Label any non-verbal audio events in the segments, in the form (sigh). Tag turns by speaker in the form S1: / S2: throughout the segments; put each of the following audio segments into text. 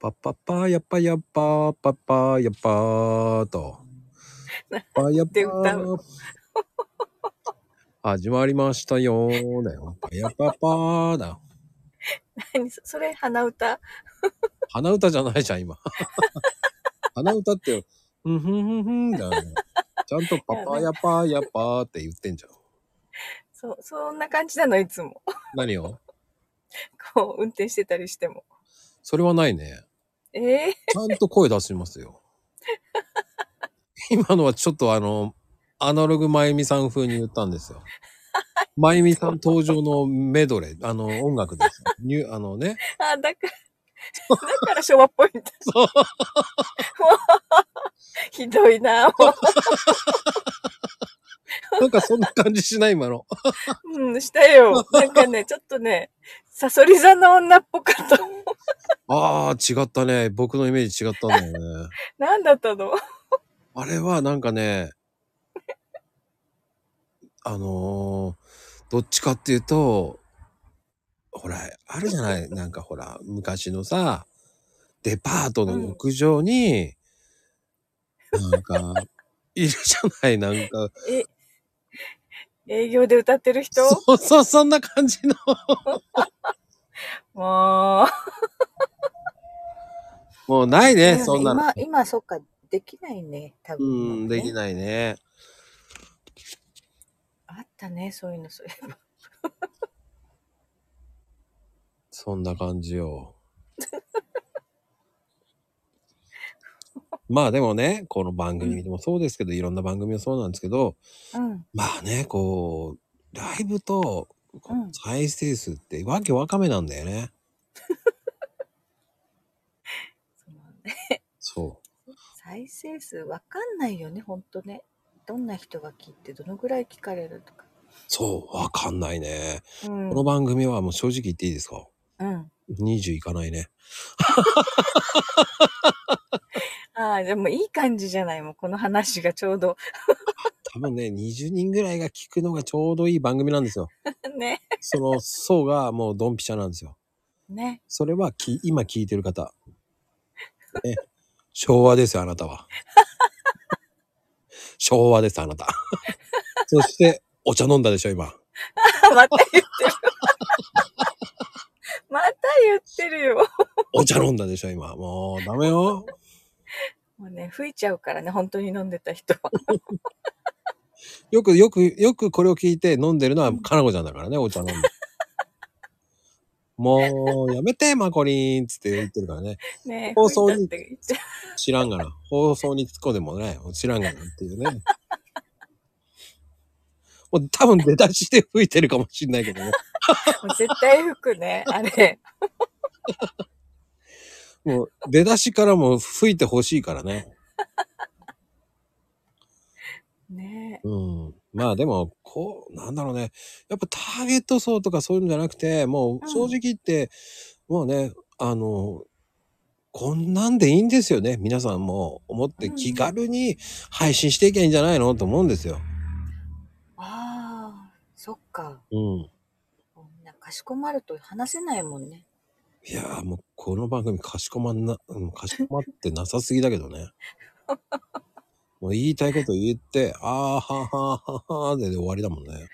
S1: パッパッパーやっぱやっぱーパッパーやっぱーと。パーやっぱ
S2: で歌う
S1: ー。 (laughs) 始まりましたよーだよ。パーやっぱっぱーだ。
S2: 何そ (laughs) それ鼻歌
S1: 鼻歌じゃないじゃん、今。 (laughs) 鼻歌って、ふんふんふんふんだよね。ちゃんとパッパーやっぱーやっぱーって言ってんじゃん。
S2: そう、そんな感じなの、いつも。 (laughs)
S1: 何を
S2: こう、運転してたりしても。
S1: それはないね。
S2: ええ
S1: ちゃんと声出しますよ。今のはちょっとあの、アナログまゆみさん風に言ったんですよ。まゆみさん登場のメドレー、あの、音楽です。ニュあのね、
S2: (laughs) あ、だから、だから昭和っぽいんだ。
S1: (laughs) そう
S2: もう (laughs) ひどいな、 (laughs) も
S1: なんかそんな感じしない今の。
S2: う。うん、したよ。なんか
S1: (laughs)
S2: ね、ちょっとね、サソリ座の女っぽかった。 (laughs)
S1: ああ、違ったね。僕のイメージ違ったんだよね。
S2: 何だったの
S1: あれはなんかね、あのーどっちかっていうと、ほら、あるじゃないなんかほら、昔のさ、デパートの屋上に、なんか、いるじゃないなんか、
S2: え、営業で歌ってる人
S1: そうそう、そんな感じの。
S2: もう。 (laughs)
S1: もうない
S2: だ
S1: ね、
S2: よね
S1: そんなの。
S2: 今、今、そっか、できないね、多
S1: う
S2: 分、
S1: ん、でき
S2: い。
S1: ないね。
S2: あったね、そういうの、そういえば
S1: そんな感じよ。 (laughs) まあでもね、この番組でもそうですけど、いろんな番組もそうなんですけど、
S2: うん。
S1: まあね、こう、ライブとこう
S2: うん
S1: 再生数ってわけわかめなんだよね。そ
S2: そう再生数わかんないよねほんとねどんな人が聞いてどのぐらい聞かれるとか
S1: う。そう、わかんないね。
S2: うん
S1: この番組はもう正直言っていいですか
S2: うん、
S1: ?20 いかないね。
S2: ああでもいい感じじゃないもうこの話がちょうど
S1: 多分ね、20人ぐらいが聞くのがちょうどいい番組なんですよ。
S2: ね
S1: その層がもうドンピシャなんですよ。 (laughs)
S2: ね
S1: それはき今聞いてる方。ね、昭和ですよ、あなたは。 (laughs) 昭和です、あなた。 (laughs) そして、お茶飲んだでしょ、今。
S2: あまた言ってるまた言ってるよ
S1: お茶飲んだでしょ、今。もう、ダメよ。
S2: もうね吹いちゃうからね本当に飲んでた人は
S1: よく、よく、よくこれを聞いて飲んでるのは、かなこちゃんだからね、お茶飲んで。もう、やめて、マコリンつって言ってるからね。
S2: ね
S1: 放送に
S2: 吹いたって言っちゃ
S1: 知らんがな。放送に突っ込んでもね、知らんがなっていうね。 (laughs) もう多分出だしで吹いてるかもしんないけどね。
S2: うもう絶対吹くねあれ
S1: もう出だしからも吹いてほしいからね。
S2: ね
S1: うん。まあでも、こう、なんだろうね。やっぱターゲット層とかそういうんじゃなくて、もう正直言って、もうね、あの、こんなんでいいんですよね。皆さんも思って
S2: うん
S1: 気軽に配信していけばいいんじゃないのと思うんですよ。
S2: ああそっか
S1: うん。
S2: こんなかしこまると話せないもんね
S1: いやーもうこの番組かしこまんな、うんかしこまってなさすぎだけどね。もう言いたいこと言って、あーはーはーはーはーでで終わりだもんね。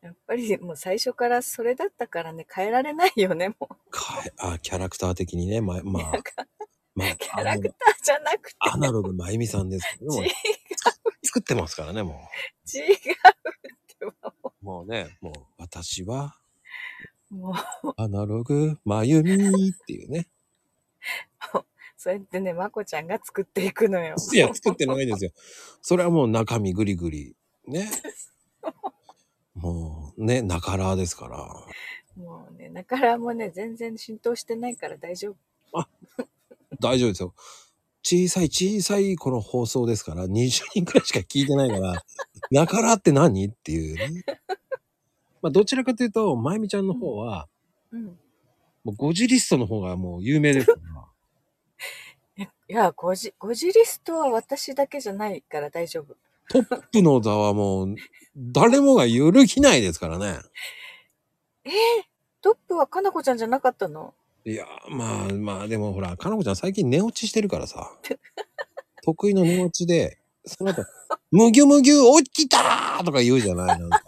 S2: やっぱりもう最初からそれだったからね変えられないよねも
S1: かえ、あー、キャラクター的にね、ま、
S2: う
S1: まあ
S2: なん、か
S1: まあ、
S2: キャラクターじゃなくて
S1: アナログまゆみさんですけども
S2: (laughs) 違う、
S1: 作ってますからね、も
S2: 違うってば
S1: う。もうね、もう、私は、
S2: もう
S1: アナログまゆみっていうね。
S2: そうやってねまこちゃんが作っていくのよ
S1: いや、作ってないですよ。それはもう中身ぐりぐり。
S2: (laughs)
S1: ね。もう、ね、中らですから。
S2: もうねだからもうね全然浸透してないから大丈夫
S1: 大丈夫ですよ。小さい小さいこの放送ですから、20人くらいしか聞いてないから、 (laughs) なからって何っていうね。まあ、どちらかというと、まゆみちゃんの方は、
S2: うん
S1: もうゴジリストの方がもう有名ですから。
S2: えいやゴジゴジリストは私だけじゃないから大丈夫
S1: トップの座はもう、誰もが揺るぎないですからね。
S2: えー、トップはかなこちゃんじゃなかったの
S1: えいやー、まあまあ、でもほら、かなこちゃん最近寝落ちしてるからさ。得意の寝落ちで、その後、むぎゅむぎゅ起きたーとか言うじゃないなんか。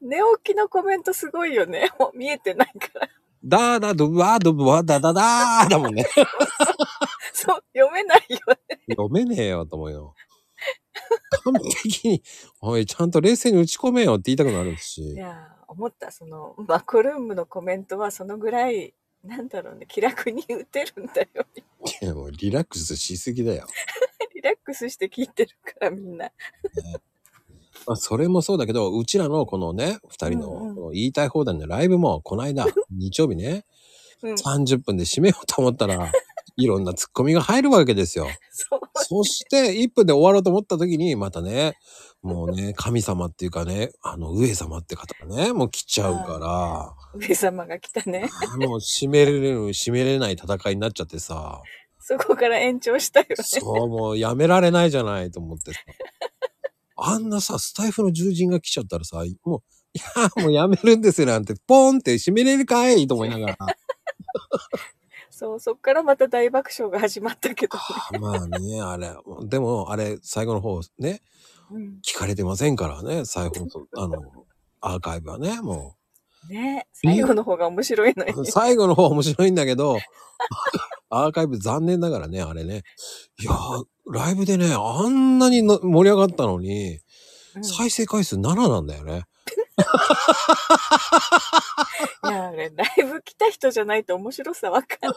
S2: 寝起きのコメントすごいよね。もう見えてないから。
S1: だーだどわーどぶわだだだーだもんね。
S2: そう、読めないよね。
S1: 読めねえよと思うよ。完璧に、おい、ちゃんと冷静に打ち込めよって言いたくなる
S2: い
S1: し。
S2: やー、思った。その、バコルームのコメントはそのぐらい、なんだろうね、気楽に打てるんだよ。
S1: いやもうリラックスしすぎだよ。
S2: (laughs) リラックスして聞いてるから、みんな。
S1: まあ、それもそうだけど、うちらのこのね、二人の
S2: うんうん
S1: この言いたい放題のライブも、この
S2: (laughs)
S1: 間、日曜日ね、
S2: うん。そ
S1: 30分で締めようと思ったら、いろんなツッコミが入るわけですよ。
S2: う。
S1: そして、1分で終わろうと思った時に、またね、もうね、神様っていうかね、あの、上様って方がね、もう来ちゃうから、
S2: 上様が来
S1: (laughs)
S2: たね。
S1: あもう締めれる、締めれない戦いになっちゃってさ、
S2: そこから延長したよね。
S1: そう、もうやめられないじゃないと思ってさ。あんなさ、スタイフの獣人が来ちゃったらさ、もう、いやーもうやめるんですよなんて、ポンって締めれるかいと思いながら。
S2: そう、そっからまた大爆笑が始まったけどね。
S1: まあね、あれ、でも、あれ、最後の方ね、
S2: うん、
S1: 聞かれてませんからね、最後の、あの、アーカイブはね、も
S2: ね最後の方が面白いのに
S1: う。。最後の方面白いんだけど、アーカイブ残念ながらね、あれね。いやー、ライブでね、あんなにの盛り上がったのに、
S2: うん
S1: 再生回数7なんだよね。
S2: いや、あれ、ライブ来た人じゃないと面白さわかんな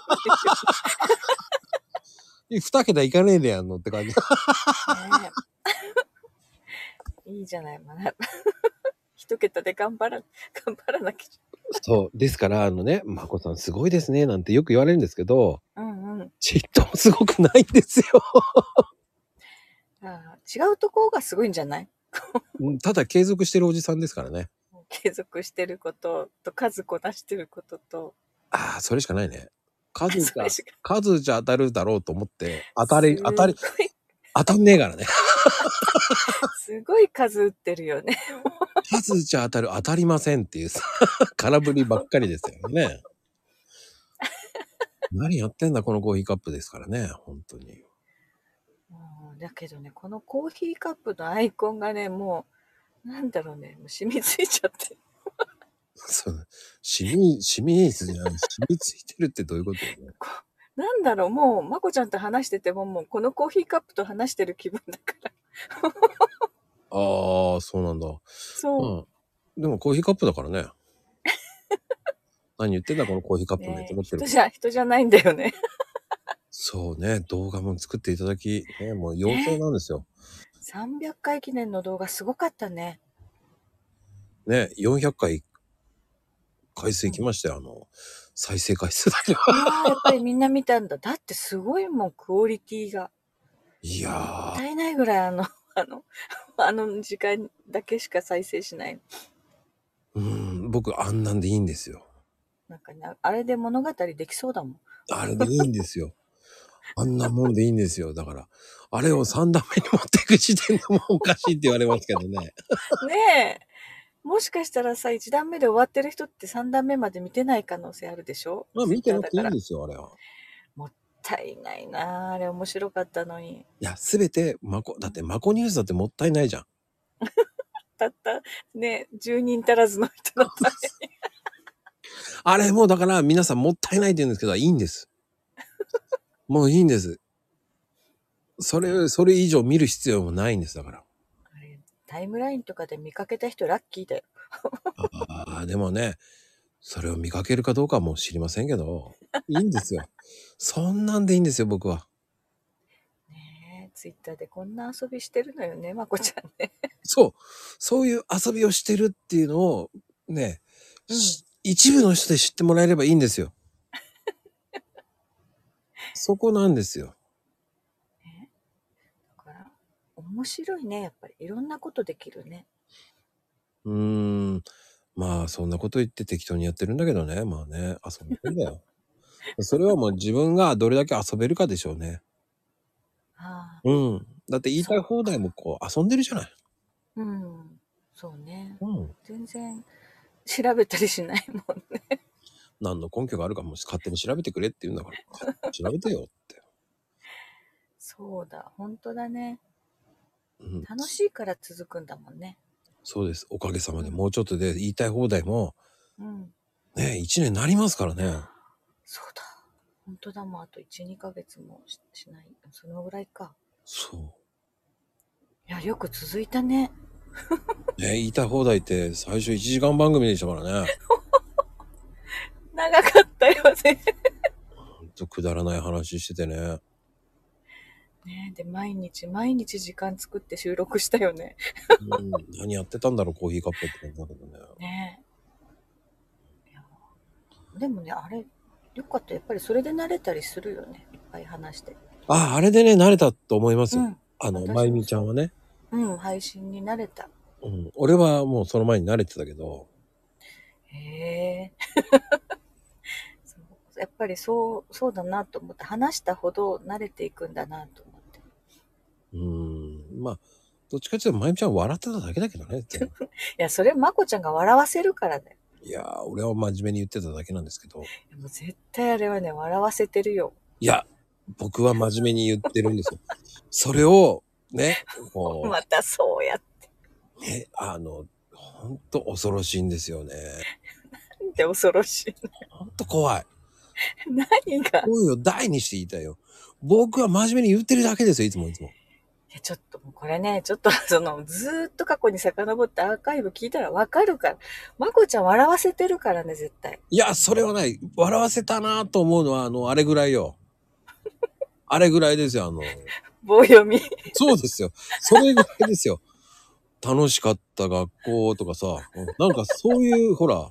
S2: い
S1: 二桁いかねえでやんのって感じ。
S2: よね。 (laughs) いいじゃない、まだ。 (laughs) 一桁で頑張ら、頑張らなき
S1: (laughs) そう。ですから、あのね、まこさんすごいですね、なんてよく言われるんですけど、
S2: ゃ。うんうん。
S1: ちっともすごくないんですよ。
S2: あー違うところがすごいんじゃない
S1: うんただ継続してるおじさんですからね。
S2: 継続してることと数こなしてることと。
S1: ああ、それしかないね。数 (laughs)
S2: そ
S1: が
S2: れ、しか
S1: 数じゃ当たるだろうと思って、当たり、当たり、
S2: すごい
S1: 当たんねえからね。
S2: すごい数打ってるよね。
S1: 数じゃ当たる、当たりませんっていうさ、 (laughs) 空振りばっかりですよ (laughs) ね。何やってんだ、このコーヒーカップですからね、本当に。
S2: うんだけどね、このコーヒーカップのアイコンがね、もう、なんだろうね、もう染みついちゃって、
S1: そう、染み、染みつじゃない、染みついてるってどういうことよ (laughs) ね。
S2: こうなんだろう、もう、まこちゃんと話してても、もう、このコーヒーカップと話してる気分だから。
S1: ああ、そうなんだ。
S2: そう、
S1: うん。でもコーヒーカップだ (laughs) からね。何言ってんだこのコーヒーカップめっ
S2: ね
S1: て
S2: え
S1: 思ってる
S2: 人。じゃ、人じゃないんだよね。
S1: そうね、動画も作っていただき、ね、もう妖精なんですよ。
S2: 300回記念の動画すごかったね。
S1: ね、400回回数いきましたよ、あの、再生回数だけど。 (laughs)
S2: ああ、やっぱりみんな見たんだ。だってすごいもん、クオリティが。
S1: いや
S2: もっ
S1: ー、
S2: たいないぐらい、あの、 (laughs) あの、あの時間だけしか再生しない。
S1: うん、僕あんなんでいいんですよ。
S2: なんかね、あれで物語できそうだもん。
S1: あれでいいんですよ。あんなもんでいいんですよ。だから、あれを3段目に持っていく時点でもうおかしいって言われますけどね。
S2: ねえ。もしかしたらさ、1段目で終わってる人って3段目まで見てない可能性あるでしょ
S1: (laughs) まあ見てなくていいん
S2: もっ
S1: ですよ、あれは。
S2: たいないなああれ面白かったのに。
S1: いや、すべて、まこ、だって、まこニュースだってもったいないじゃん。
S2: たった、ね、10人足らずの人だったね。
S1: あれもうだから皆さんもったいないって言うんですけど、いいん (laughs) です。もういいんです。それ、それ以上見る必要もないんです、だから。
S2: あれタイムラインとかで見かけた人ラッキーだよ。
S1: ああ、でもね、それを見かけるかどうかはもう知りませんけど、いいんですよ。そんなんでいいんですよ、僕は。
S2: ねえ、ツイッターでこんな遊びしてるのよね、まこちゃんね。
S1: そう、そういう遊びをしてるっていうのを、ね、
S2: うん
S1: し一部の人で知ってもらえればいいん
S2: (laughs)
S1: ですよ。そこなんですよ。
S2: だから、面白いね、やっぱり。いろんなことできるね。
S1: うーん。まあ、そんなこと言って適当にやってるんだけどね。まあね、遊んでるんだ
S2: (laughs)
S1: よ。それはもう自分がどれだけ遊べるかでしょうね。
S2: ああ、
S1: うん。だって言いたい放題もこう遊んでるじゃない。
S2: うん。そうね。
S1: うん。
S2: 全然調べたりしないもんね。
S1: 何の根拠があるかも勝手に調べてくれって言うんだから調べてよって、
S2: そうだ、本当だね。
S1: うん、
S2: 楽しいから続くんだもんね。
S1: そうですおかげさまでもうちょっとで言いたい放題も
S2: うん。
S1: ね1年になりますからね
S2: そうだ。本当だ、もうあと1、2ヶ月もししない。そのぐらいか。
S1: そ
S2: いや、よく続いたね。
S1: うね言いたい放題って最初1時間番組でしたからね
S2: 長かったよね。
S1: ほんとくだらない話しててね
S2: ねで、毎日毎日時間作って収録したよね。
S1: うん、何やってたんだろうコーヒーカップって感じだけどね
S2: ねいやでもね、あれ、よかった。やっぱりそれで慣れたりするよね。いっぱい話して。
S1: あああれでね慣れたと思います
S2: う
S1: よ、
S2: ん。
S1: あの
S2: 私も
S1: まゆみちゃんはね、
S2: うん、配信に慣れた。
S1: うん、俺はもうその前に慣れてたけど
S2: へえ。 (laughs) そうやっぱりそう、そうだなと思って、話したほど慣れていくんだなと思って。
S1: うんまあどっちかっていうとまゆみちゃんは笑ってただけだけどね全
S2: (laughs)
S1: 部
S2: いや、それまこちゃんが笑わせるからだよ。
S1: いやー俺は真面目に言ってただけなんですけど
S2: いやもう絶対あれはね、笑わせてるよ。
S1: いや僕は真面目に言ってるんですよそれをねこ
S2: またそうやっ
S1: うねあのほんと恐ろしいんですよね
S2: て恐ろしい。 (laughs)
S1: ほんと怖い
S2: 何が
S1: 声を大にして言いたいよ僕は真面目に言ってるだけですよいつもいつも
S2: いや、ちょっともうこれね、ちょっと (laughs) その、ずーっと過去に遡ってアーカイブ聞いたらわかるから。まこちゃん笑わせてるからね、絶対。
S1: いや、それはない。笑わせたなと思うのは、あの、あれぐらいよ。あれぐらいですよ、あの。
S2: 棒読み。 (laughs)
S1: そうですよ。それぐらいですよ。楽しかった学校とかさ、なんかそういう、ほら、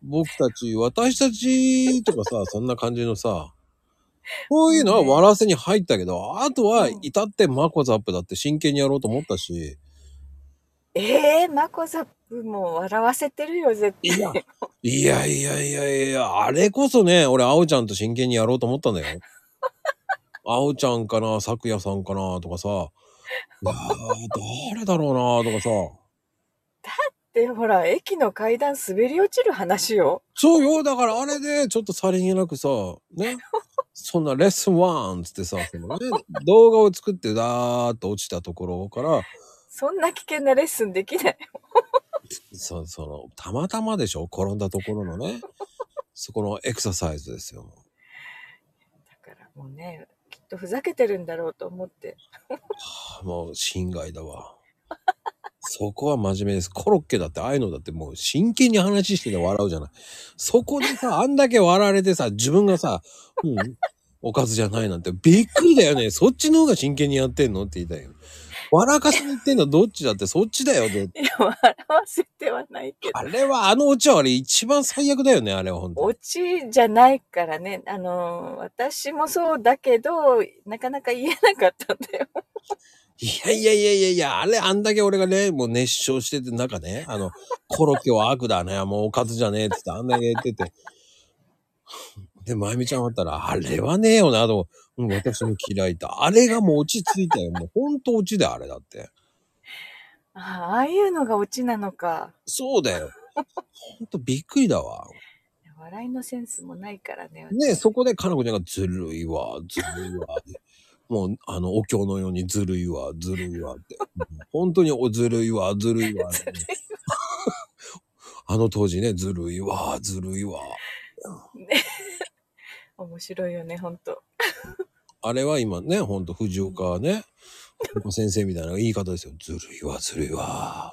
S1: 僕たち、私たちとかさ、そんな感じのさ、こういうのは笑わせに入ったけど、あとは、至ってマコザップだって真剣にやろうと思ったし、
S2: ええー、まこさんも笑わせてるよ、絶
S1: い
S2: 対。
S1: や、いやいやいやいや、あれこそね、俺、あおちゃんと真剣にやろうと思ったんだよ。あおちゃんかな、さくやさんかな、とかさ、いやー、誰だろうな、とかさ、
S2: で、ほら、駅の階段滑り落ちる話よ。
S1: そうよ、だからあれで、ちょっとさりげなくさ、ね、そんなレッスンワンつってさ、そのね、動画を作って、だーっと落ちたところから、
S2: そんな危険なレッスンできない。 (laughs)
S1: そその、たまたまでしょ、転んだところのね、そこのエクササイズですよ。
S2: だからもうね、きっとふざけてるんだろうと思って。 (laughs)
S1: もう心外だわ。そこは真面目です。コロッケだってああいうのだってもう真剣に話してて笑うじゃない。そこでさ、あんだけ笑われてさ、自分がさ、うん、おかずじゃないなんてびっくりだよね。そっちの方が真剣にやってんのって言いたいよ。笑かしに言ってんのどっちだってそっちだよ。絶対
S2: いや、笑わせてはないけど。
S1: あれは、あのオチはあれ一番最悪だよね、あれは本当に。
S2: オチじゃないからね。あのー、私もそうだけど、なかなか言えなかったんだよ。
S1: いやいやいやいやいや、あれ、あんだけ俺がね、もう熱唱してて、なんかね、あの、コロッケは悪だね、もうおかずじゃねえってって、あんだけ言ってて。で、まゆみちゃんだったら、あれはねえよな、と、うん、私も嫌いだ。あれがもう落ち着いたよ。もうほんと落ちだよ、あれだって。
S2: あああいうのがオチなのか。
S1: そうだよ。ほんとびっくりだわ。
S2: 笑いのセンスもないからね。
S1: ねそこで、かなこちゃんがずるいわ、ずるいわ。もう、あの、お経のようにずるいわ、ずるいわって。もう本当におずるいわ、ずるいわって。あの当時ね、ずるいわ、ずるいわ。
S2: 面白いよね、ほんと。
S1: あれは今ね、ほんと藤岡ね、藤岡先生みたいな言い方ですよ。ずるいわ、ずるいわ。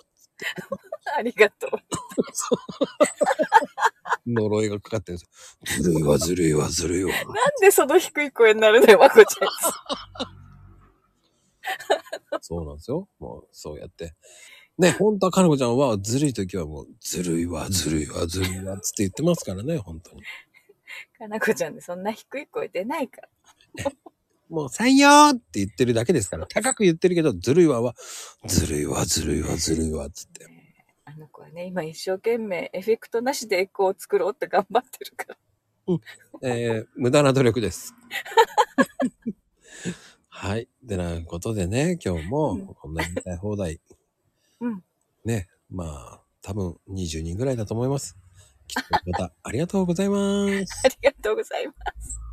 S2: ありがとう。
S1: 呪いがかかってるんですよ。ずるいわ、ずるいわ、ずるいわ。
S2: なんでその低い声になるのよ、まこちゃん。
S1: そうなんですよ。もう、そうやって。ね、本当はかなこちゃんはずるい時はもう、ずるいわ、ずるいわ、ずるいわ、つって言ってますからね、本当に。
S2: かなこちゃんでそんな低い声出ないから。
S1: もう、採用って言ってるだけですから、高く言ってるけど、ずるいわは、ずるいわ、ずるいわ、ずるいわ、つって。
S2: あの子はね、今一生懸命エフェクトなしでエコーを作ろうって頑張ってるから。
S1: えー無駄な努力です。はい。てなことでね、今日
S2: うん
S1: もこんな言いたい放題。
S2: うん
S1: ね、まあ、多分20人ぐらいだと思います。きっとまたありがとうございます。
S2: ありがとうございます。